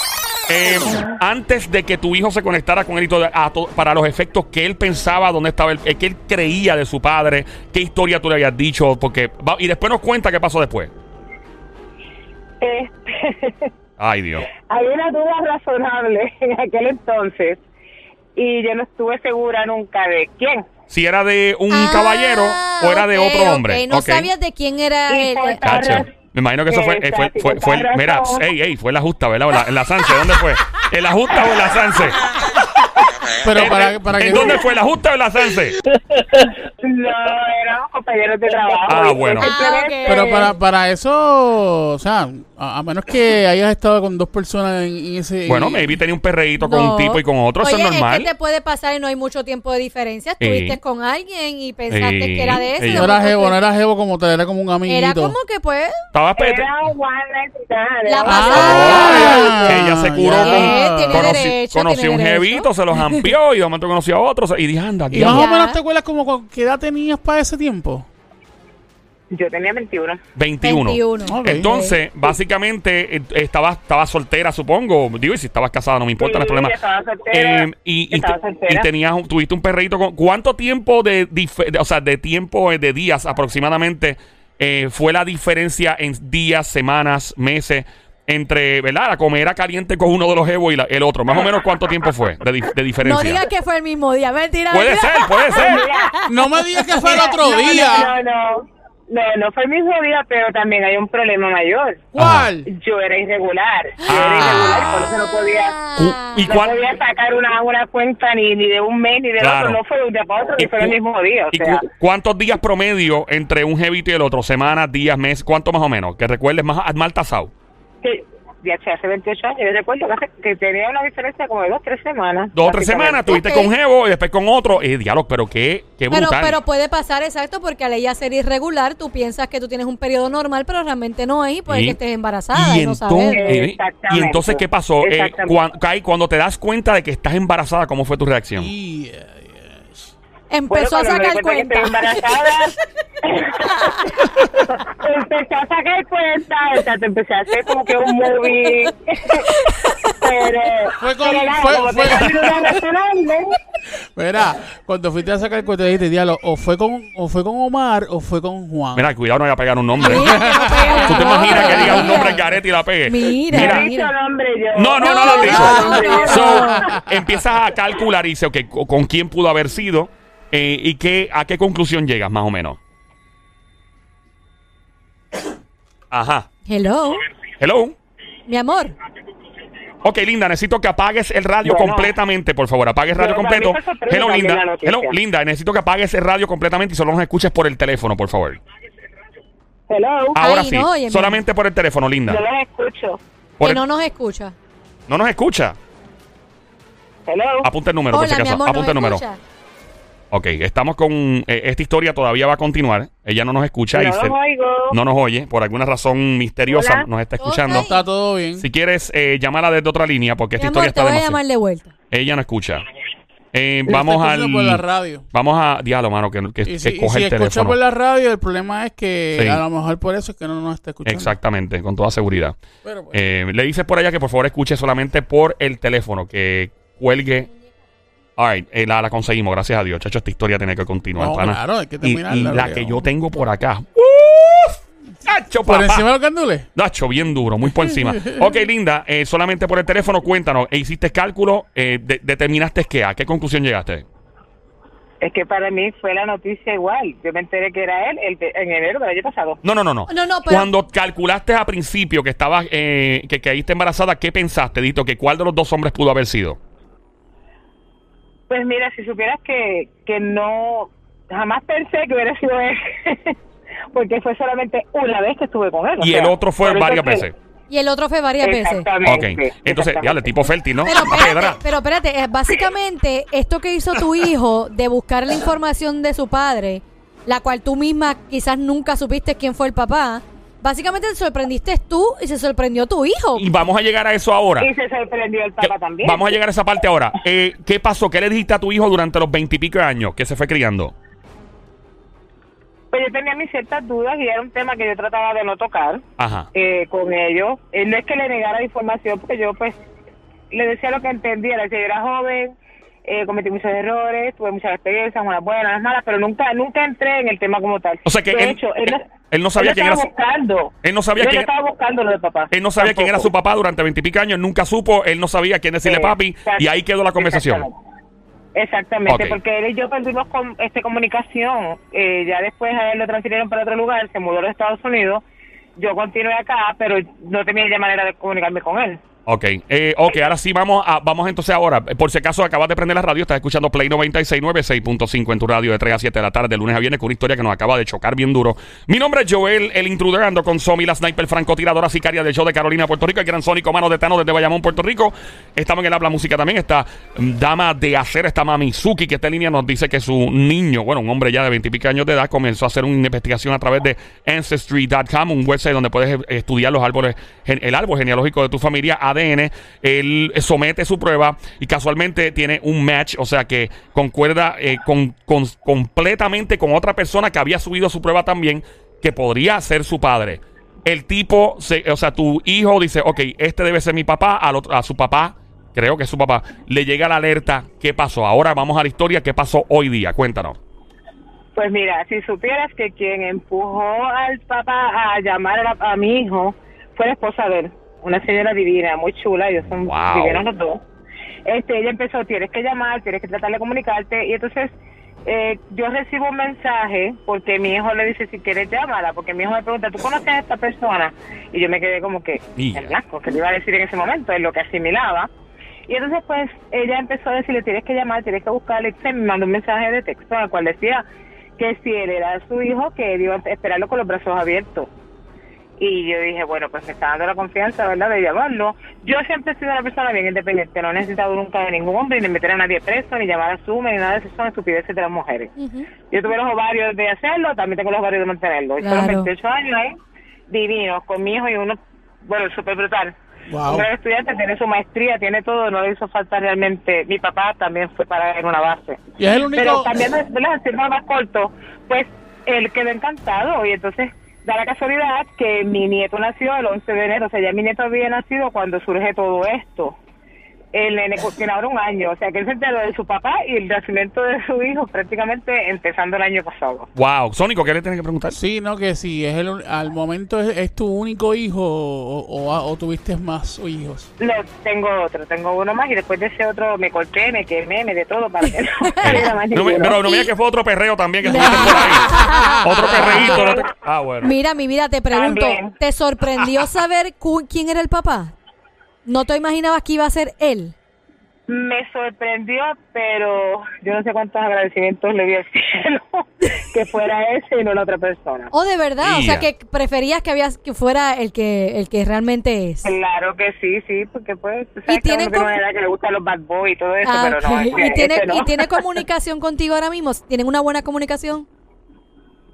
S1: Eh, antes de que tu hijo se conectara con él y todo, a to- para los efectos que él pensaba, dónde estaba él, eh, que él creía de su padre, qué historia tú le habías dicho, porque va- y después nos cuenta qué pasó después.
S5: Este,
S1: Ay, Dios.
S5: había una duda razonable en aquel entonces y yo no estuve segura nunca de quién.
S1: Si era de un
S2: Ah,
S1: caballero o era de
S2: ok,
S1: otro hombre.
S2: ok, No
S1: Ok.
S2: sabías de quién era
S5: Y
S2: el-
S5: por
S2: el-
S5: tal
S1: Cacho.
S5: Ahora-
S1: Me imagino que eso fue, eh, fue,
S5: Exacto,
S1: fue, fue-
S5: ahora
S1: mira,
S5: son-
S1: ey, ey, fue la justa, ¿verdad? O la- en la Sanse, ¿dónde fue? ¿En la justa o en la Sanse?
S3: Pero
S1: ¿En-
S3: para,
S1: en-
S3: para
S1: ¿En
S3: que.
S1: dónde fue? ¿La justa o en la Sanse?
S5: No, éramos compañeros de trabajo.
S1: Ah,
S5: y fue
S1: bueno.
S5: simplemente-
S3: Pero para, para eso, o sea, a, a menos que hayas estado con dos personas en, en ese.
S1: Bueno, maybe tenía un perreíto con
S2: No.
S1: un tipo y con otro, eso
S2: Oye,
S1: es normal.
S2: que te puede pasar y no hay mucho tiempo de diferencia. Estuviste
S1: Sí.
S2: con alguien y pensaste
S1: Sí.
S2: que era de
S1: Sí.
S2: ese.
S3: No era jevo, no era jevo como tal, era como un amiguito.
S2: Era como que pues...
S1: Estaba espe-
S5: Era un one night stand,
S2: La
S5: era un-
S2: pasada.
S1: Ah,
S3: Ah,
S1: ella se curó
S3: ya.
S2: Eh,
S1: con.
S2: tiene derecho,
S1: conocí
S2: tiene
S1: un
S2: derecho.
S1: jevito, se los amplió y de momento conocí a otro. se- Y dije, anda,
S3: ¿Y
S1: diablo.
S3: más o
S2: Ya.
S3: menos te acuerdas como cu- qué edad tenías para ese tiempo?
S5: Yo tenía 21.
S1: 21.
S2: 21.
S3: Ok.
S1: Entonces, básicamente, eh, estaba, estaba soltera, supongo. Digo, y si estabas casada, no me importa, no hay
S5: Sí,
S1: problema.
S5: estaba soltera,
S1: Eh, y, y,
S5: estaba soltera.
S1: y tenías, un- tuviste un perreíto con. ¿Cuánto tiempo de, dif- de- o sea, de tiempo, eh, de días aproximadamente, eh, fue la diferencia en días, semanas, meses, entre, ¿verdad? La comera caliente con uno de los Evo y la- el otro. Más o menos, ¿cuánto tiempo fue de, dif- de
S2: No
S1: diferencia?
S2: digas que fue el mismo día. Mentira.
S1: puede
S2: mentira.
S1: ser, puede ser.
S5: Mira,
S3: No me digas que fue el otro
S5: no,
S3: día.
S5: No, no, no. No, no fue el mismo día, pero también hay un problema mayor.
S3: ¿Cuál?
S5: Yo era irregular. Yo era
S1: Ah.
S5: irregular, por eso no podía,
S1: Cu- ¿Y
S5: no
S1: cuál?
S5: podía sacar una, una cuenta ni, ni de un mes ni del
S1: Claro.
S5: otro. No fue de un día para otro,
S1: ¿Y
S5: ni fue el
S1: cu-
S5: mismo día. O
S1: ¿Y
S5: sea,
S1: cu- cuántos días promedio entre un jevito y el otro? ¿Semanas, días, meses? ¿Cuánto más o menos? Que recuerdes más mal tasado.
S5: que, ya se hace 28 años. Yo recuerdo que, hace- que tenía una diferencia como de dos tres semanas.
S1: Dos o tres semanas,
S5: básicamente.
S1: tuviste
S2: Ok.
S1: con Jevo y después con otro. Eh, diálogo, pero qué, qué
S2: Pero,
S1: brutal.
S2: pero puede pasar, exacto, porque al ella ser irregular, tú piensas que tú tienes un periodo normal, pero realmente no es y puede
S1: Sí.
S2: que estés embarazada y, no sabes.
S1: entonces- eh,
S5: Exactamente.
S1: y entonces, ¿qué pasó? Eh,
S5: Exactamente.
S1: cuan- Kai, cuando te das cuenta de que estás embarazada, ¿cómo fue tu reacción?
S3: Y-
S5: Bueno,
S2: Empezó a
S5: cuando me
S2: sacar
S5: di cuenta
S2: cuenta.
S5: que estoy embarazada, empecé a sacar cuenta, o sea, te empecé a hacer como que un movie. pero,
S3: Fue con-
S5: pero nada,
S3: fue-
S5: como
S3: fue-
S5: que era una razonable.
S3: Verá, cuando fuiste a sacar el cuento dijiste, diablo, o fue con, o fue con Omar o fue con Juan.
S1: Mira, cuidado, no voy a pegar un nombre.
S2: Mira, que no pega
S1: ¿Tú te
S2: el
S1: imaginas
S2: nombre,
S1: que diga un
S2: mira.
S1: nombre en careta y la pegue?
S2: Mira,
S5: He
S2: mira.
S5: dicho nombre yo.
S1: No, no, no,
S2: No,
S1: lo dijo.
S2: no, no, no.
S1: So, empiezas a calcular y dices, ok, co- ¿con quién pudo haber sido? Eh, ¿Y qué, a qué conclusión llegas, más o menos? Ajá.
S2: Hello,
S1: Hello.
S2: mi amor.
S1: Ok, Linda, necesito que apagues el radio
S5: Bueno.
S1: completamente, por favor. Apague el radio
S5: Bueno,
S1: completo.
S5: para mí fue sorpresa
S1: Hello,
S5: también la
S1: Linda.
S5: noticia.
S1: Hello, Linda, necesito que apagues el radio completamente y solo nos escuches por el teléfono, por favor.
S5: Hello,
S1: Ahora
S2: Ay,
S1: sí.
S2: no, óyeme.
S1: solamente por el teléfono, Linda.
S5: yo los escucho.
S1: Por
S2: que
S1: el-
S2: no nos escucha.
S1: no nos escucha.
S5: Hello.
S1: Apunta el número, por
S2: Hola,
S1: pues si
S2: mi
S1: acaso.
S2: amor,
S1: Apunta el
S2: ¿nos
S1: número.
S2: escucha?
S1: Ok, estamos con... eh, esta historia todavía va a continuar. Ella no nos escucha. y
S5: no
S1: se-
S5: los oigo.
S1: no nos oye. Por alguna razón misteriosa
S5: Hola.
S1: nos está escuchando.
S2: Ok.
S3: Está todo bien.
S1: Si quieres, eh, llámala desde otra línea porque
S2: Mi
S1: esta historia
S2: amor, te
S1: está
S2: voy a
S1: demasiado.
S2: llamar de vuelta.
S1: Ella no escucha. Eh,
S3: Está
S1: vamos
S3: escuchando
S1: al...
S3: por la radio.
S1: Vamos a... Diablo, mano, que, que,
S3: Y
S1: que
S3: si, y
S1: coge
S3: si
S1: el
S3: escucha
S1: teléfono.
S3: por la radio, el problema es que
S1: Sí.
S3: a lo mejor por eso es que no nos está escuchando.
S1: Exactamente, con toda seguridad.
S3: Pero, pues,
S1: Eh, le dices por allá que por favor escuche solamente por el teléfono, que cuelgue. All right, eh, la, la conseguimos, gracias a Dios. Chacho, esta historia tiene que continuar.
S3: No,
S1: pana.
S3: claro, hay que
S1: y,
S3: terminarla,
S1: y la
S3: obligado.
S1: que yo tengo por acá. ¡Uf! Chacho,
S3: por
S1: papá.
S3: encima de los candules.
S1: Nacho, bien duro, muy por encima. ok, linda, eh, solamente por el teléfono, cuéntanos. ¿eh, ¿Hiciste cálculo? Eh, de- ¿Determinaste qué? ¿A qué conclusión llegaste?
S5: Es que para mí fue la noticia igual. Yo me enteré que era él el de- en enero del año pasado.
S1: No, no, no, no.
S2: No, no, pero-
S1: Cuando calculaste a principio que estabas, eh, que caíste embarazada, ¿qué pensaste, Dito? ¿Que cuál de los dos hombres pudo haber sido?
S5: Pues mira, si supieras que, que no, jamás pensé que hubiera sido él. Porque fue solamente una vez que estuve con él. o
S1: Y
S5: sea,
S1: el otro fue
S5: por eso
S1: varias
S5: es que-
S1: veces.
S2: Y el otro fue varias veces.
S1: Ok.
S5: Exactamente.
S1: Entonces,
S5: exactamente.
S1: ya, el tipo fértil, ¿no?
S2: Pero
S1: Una
S2: espérate,
S1: Ah, pedra.
S2: pero espérate, eh, básicamente esto que hizo tu hijo de buscar la información de su padre, la cual tú misma quizás nunca supiste quién fue el papá, básicamente te sorprendiste tú y se sorprendió tu hijo.
S1: Y vamos a llegar a eso ahora.
S5: Y se sorprendió el
S1: Que-
S5: papá también.
S1: Vamos a llegar a esa parte ahora. Eh, ¿Qué pasó? ¿Qué le dijiste a tu hijo durante los veintipico de años que se fue criando?
S5: Pues yo tenía mis ciertas dudas y era un tema que yo trataba de no tocar
S1: Ajá.
S5: eh, con ellos. Eh, no es que le negara información, porque yo pues le decía lo que entendiera. Yo era joven, eh, cometí muchos errores, tuve muchas experiencias, unas buenas, unas malas, pero nunca nunca entré en el tema como tal.
S1: O sea que
S5: de
S1: él-
S5: hecho, él,
S1: él- él no sabía
S5: él
S1: quién
S5: estaba
S1: era su-
S5: buscando.
S1: él no sabía
S5: Yo
S1: quién-
S5: estaba buscando lo de papá.
S1: Él no sabía quién era su
S5: Tampoco.
S1: papá durante veintipico años, nunca supo, él no sabía quién decirle
S5: Eh,
S1: papi,
S5: exact-
S1: y ahí quedó la conversación.
S5: Exactamente, Exactamente,
S1: Ok.
S5: porque él y yo perdimos com- este, comunicación. Eh, ya después a él lo transfirieron para otro lugar, se mudó a los Estados Unidos. Yo continué acá, pero no tenía ya manera de comunicarme con él.
S1: Ok, eh, ok, ahora sí vamos a, vamos entonces ahora. Por si acaso acabas de prender la radio, estás escuchando Play 96.9, 6.5 en tu radio de 3 a 7 de la tarde, de lunes a viernes, con una historia que nos acaba de chocar bien duro. Mi nombre es Joel, el intruder, ando con Somi, la sniper francotiradora sicaria del show de Carolina, Puerto Rico, el gran sónico mano de Tano desde Bayamón, Puerto Rico. Estamos en el Habla Música también, está mm, Dama de Hacer, está Mamizuki, que esta línea nos dice que su niño, bueno, un hombre ya de 20 y pico años de edad, comenzó a hacer una investigación a través de Ancestry.com, un website donde puedes eh, estudiar los árboles, gen- el árbol genealógico de tu familia, ADN. Él somete su prueba y casualmente tiene un match, o sea que concuerda eh, con- con- completamente con otra persona que había subido su prueba también, que podría ser su padre. El tipo, se- o sea, tu hijo dice, ok, este debe ser mi papá, al otro- a su papá, creo que es su papá, le llega la alerta, ¿qué pasó? Ahora vamos a la historia, ¿qué pasó hoy día? Cuéntanos.
S5: Pues mira, si supieras que quien empujó al papá a llamar a, la- a mi hijo fue la esposa de él, una señora divina, muy chula, ellos son
S1: Wow.
S5: divinos los dos. Este, ella empezó, tienes que llamar, tienes que tratar de comunicarte, y entonces eh, yo recibo un mensaje porque mi hijo le dice, si quieres llámala, porque mi hijo me pregunta, ¿tú conoces a esta persona? Y yo me quedé como que,
S1: Ya.
S5: en blanco, que le iba a decir en ese momento, es lo que asimilaba. Y entonces, pues, ella empezó a decirle, tienes que llamar, tienes que buscarle. Se me mandó un mensaje de texto en el cual decía que si él era su hijo, que él iba a esperarlo con los brazos abiertos. Y yo dije, bueno, pues me está dando la confianza, ¿verdad?, de llamarlo. Yo siempre he sido una persona bien independiente, no he necesitado nunca de ningún hombre, ni meter a nadie preso, ni llamar a Zoom, ni nada de eso, son estupideces de las mujeres.
S2: Ujú.
S5: Yo tuve los ovarios de hacerlo, también tengo los ovarios de mantenerlo. Y Fueron
S2: Claro.
S5: 28 años ahí, divinos, con mi hijo y uno, bueno, súper brutal.
S3: Wow.
S5: Un gran estudiante, tiene su maestría, tiene todo, no le hizo falta realmente. Mi papá también fue para en una base.
S3: Y es el único.
S5: Pero cambiando de de las firmas más corto, pues él quedó encantado y entonces da la casualidad que mi nieto nació el 11 de enero, o sea, ya mi nieto había nacido cuando surge todo esto. El nene cu- tiene ahora un año, o sea, que él se enteró de su papá y el nacimiento de su hijo prácticamente empezando el año pasado.
S1: Wow, Sónico, ¿qué le tienes que preguntar?
S3: Sí, no, que si es el, un- al momento es, es tu único hijo o, o- o tuviste más hijos.
S5: No, tengo otro, tengo uno más y después de ese otro me corté, me quemé, me de todo para que no saliera más
S1: Eh, No me-
S5: ninguno.
S1: pero no me digas que fue otro perreo también que estuviste por ahí. Otro perreíto. no te- Ah, bueno.
S2: Mira, mi vida, te pregunto,
S5: También.
S2: ¿te sorprendió saber cu- quién era el papá? ¿No te imaginabas que iba a ser él?
S5: Me sorprendió, pero yo no sé cuántos agradecimientos le di al cielo que fuera ese y no la otra persona.
S2: Oh, de verdad, o sea
S1: Ia.
S2: que preferías que habías que fuera el que el que realmente es.
S5: Claro que sí, sí, porque pues tú sabes
S2: Y
S5: que
S2: tienen
S5: uno tiene una
S2: como-
S5: edad que le gustan los bad boys y todo eso,
S2: Ah,
S5: pero no,
S2: ok.
S5: ese-
S2: ¿Y, tiene,
S5: ese no.
S2: ¿Y tiene comunicación contigo ahora mismo? ¿Tienen una buena comunicación?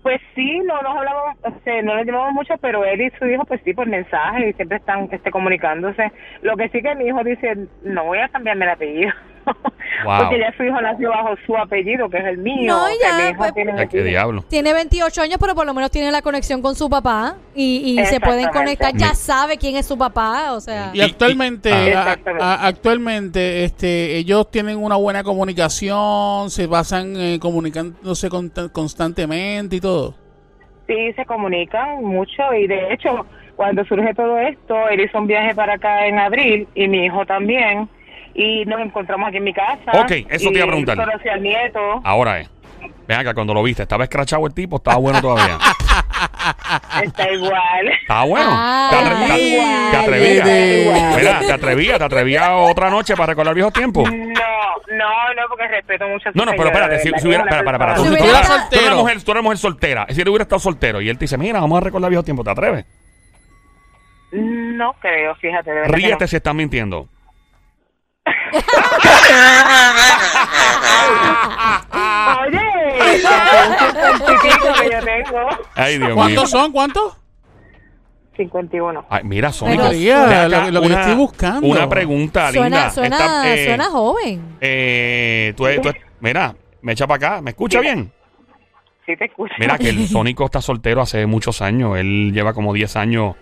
S5: Pues sí, no nos hablamos, o sea, no nos llevamos mucho, pero él y su hijo, pues sí, por mensaje y siempre están este, comunicándose. Lo que sí que mi hijo dice, no voy a cambiarme el apellido.
S1: Wow.
S5: Porque ya su hijo nació bajo su apellido, que es el mío.
S2: No,
S5: o sea,
S2: ya,
S5: mi hijo
S2: pues-
S5: tiene
S1: Ya, ¿Qué
S5: mi-
S1: diablo?
S2: Tiene 28 años, pero por lo menos tiene la conexión con su papá y, y se pueden
S5: Exactamente.
S2: conectar. Ya
S1: Mi-
S2: sabe quién es su papá, o sea.
S3: Y actualmente,
S1: Ah.
S3: a-
S5: Exactamente.
S3: a- actualmente, este, ellos tienen una buena comunicación, se basan eh, comunicándose con- constantemente y todo.
S5: Sí, se comunican mucho y de hecho, cuando surge todo esto, él hizo un viaje para acá en abril y mi hijo también. Y nos encontramos aquí en mi casa.
S1: Ok, eso te iba a
S5: Y
S1: preguntar.
S5: Conocí al nieto.
S1: Ahora es. Ven acá, cuando lo viste, ¿estaba escrachado el tipo? ¿Estaba bueno todavía? Ah.
S5: Está igual.
S1: ¿Estaba bueno?
S2: Ah,
S1: ¿Te, atre-
S2: igual.
S1: te atrevías?
S3: Igual.
S1: Mira, ¿te atrevías? ¿Te atrevías otra noche para recordar viejos tiempos?
S5: No, no, no, porque respeto mucho a su
S1: No, no, pero
S5: señora,
S1: espérate,
S5: de
S1: si,
S5: verdad,
S1: si hubiera,
S5: que es
S1: para,
S5: una
S1: para, para, tú,
S2: Si
S1: tú
S5: persona.
S2: hubiera
S1: eras-
S2: estado-
S1: tú eras
S3: soltero.
S1: mujer, tú eras mujer soltera. Si él hubiera estado soltero y él te dice, mira, vamos a recordar viejos tiempos, ¿te atreves?
S5: No creo, fíjate, de verdad. que
S1: Ríete si están mintiendo.
S5: no. Oye, son 50 y pico que yo tengo.
S1: Ay, Dios mío.
S3: ¿Cuántos son?
S1: Eh,
S3: ¿Cuántos?
S5: 51.
S1: Ay, mira,
S2: Pero-
S1: Sónico.
S3: María, lo- lo que yo estoy buscando.
S1: Una pregunta,
S2: Suena,
S1: linda.
S2: suena,
S1: Esta, eh,
S2: suena joven.
S1: eh, tú, tú- mira, me echa para acá. ¿Me escucha bien?
S5: Sí te escucho.
S1: Mira, que el Sónico está soltero hace muchos años. Él lleva como 10 años.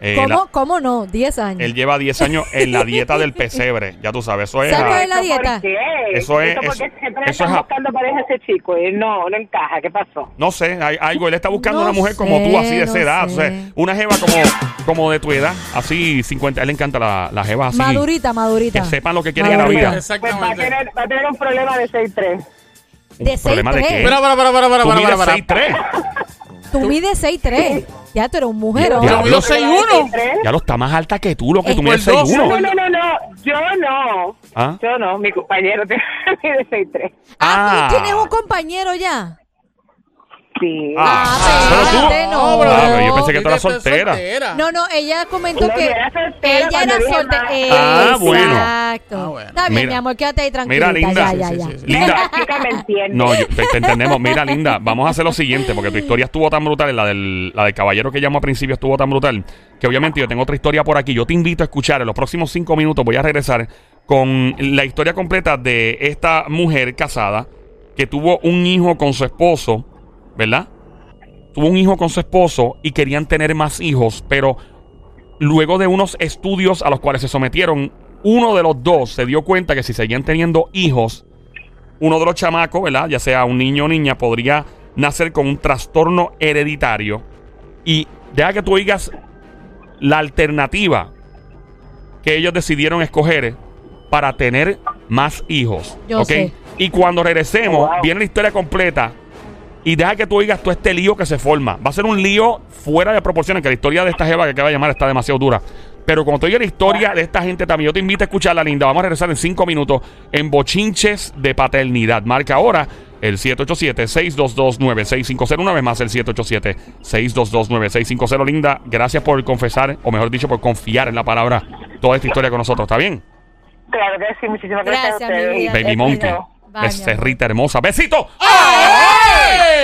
S1: eh,
S2: ¿Cómo,
S1: la-
S2: ¿Cómo no? 10 años.
S1: él lleva 10 años en la dieta del pesebre. Ya tú sabes, eso es.
S2: ¿Sabes
S1: ah,
S2: cuál es la dieta?
S5: ¿Por qué?
S1: Eso es-
S5: porque
S1: eso-
S5: siempre
S1: eso
S5: le están
S1: es a-
S5: buscando pareja a ese chico. Y él no, no encaja. ¿Qué pasó?
S1: No sé, hay algo. Él está buscando
S2: No
S1: una mujer como
S2: sé,
S1: tú, así de
S2: no
S1: esa edad.
S2: sé.
S1: o sea, una jeva como, como de tu edad, así 50. A él le encanta la, la jeva así.
S2: madurita, madurita.
S1: Que sepan lo que quieren en la
S2: Madurita.
S1: vida.
S5: Pues va a tener, va a tener un problema de 6'3.
S1: ¿Un
S2: De
S1: problema de
S2: 6'3".
S1: qué?
S3: Espera, para, para, para, para,
S1: Tú
S3: para,
S1: mides
S3: para.
S1: 6'3".
S2: Tú mides 6'3". Ya tú eres un mujerón.
S3: Pero
S1: Diablo.
S3: yo soy uno.
S1: Ya lo está más alta que tú, lo que tú mides
S3: por dos,
S5: No,
S1: 6'1".
S5: no, no, no. Yo no.
S1: ¿Ah?
S5: Yo no. Mi compañero tiene de 6'3.
S1: Ah.
S2: Ah, tú tienes un compañero ya.
S5: Sí.
S1: Ah,
S2: Ah,
S1: pero tú-
S2: espérate, no.
S1: Ah, pero yo pensé que tú eras
S3: Tú eres
S1: soltera.
S2: No, no, ella comentó
S5: No,
S2: que
S5: yo era soltera
S2: ella
S5: cuando
S2: era
S5: dije
S2: soltera.
S5: más.
S1: Ah, bueno.
S2: Exacto.
S3: Ah, bueno.
S2: Está bien,
S1: Mira.
S2: mi amor, quédate ahí tranquila.
S1: Mira, linda.
S2: Ya, ya,
S1: Sí,
S2: ya.
S3: sí, sí, sí.
S1: Linda.
S5: La chica me entiende.
S1: No, yo- te, te entendemos. Mira, Linda, vamos a hacer lo siguiente, porque tu historia estuvo tan brutal, la del, la del caballero que llamó al principio estuvo tan brutal, que obviamente yo tengo otra historia por aquí. Yo te invito a escuchar, en los próximos cinco minutos voy a regresar con la historia completa de esta mujer casada que tuvo un hijo con su esposo, ¿verdad? Tuvo un hijo con su esposo y querían tener más hijos, pero luego de unos estudios a los cuales se sometieron, uno de los dos se dio cuenta que si seguían teniendo hijos, uno de los chamacos, ¿verdad? Ya sea un niño o niña, podría nacer con un trastorno hereditario. Y deja que tú digas la alternativa que ellos decidieron escoger para tener más hijos.
S2: Yo
S1: ¿ok?
S2: sé.
S1: Y cuando regresemos,
S5: Wow.
S1: viene la historia completa. Y deja que tú digas todo este lío que se forma. Va a ser un lío fuera de proporciones, que la historia de esta jeva que acaba de llamar está demasiado dura. Pero cuando te diga la historia de esta gente también, yo te invito a escucharla, linda. Vamos a regresar en cinco minutos en Bochinches de Paternidad. Marca ahora el 787-622-9650. Una vez más, el 787-622-9650. Linda, gracias por confesar, o mejor dicho, por confiar en la palabra toda esta historia con nosotros. ¿Está bien?
S5: Claro que sí. Muchísimas gracias,
S2: Gracias,
S5: a ustedes.
S2: mi vida.
S1: Baby
S2: Éxito.
S1: Monte.
S2: Vaya.
S1: Becerrita hermosa. ¡Besito!
S2: ¡Ay!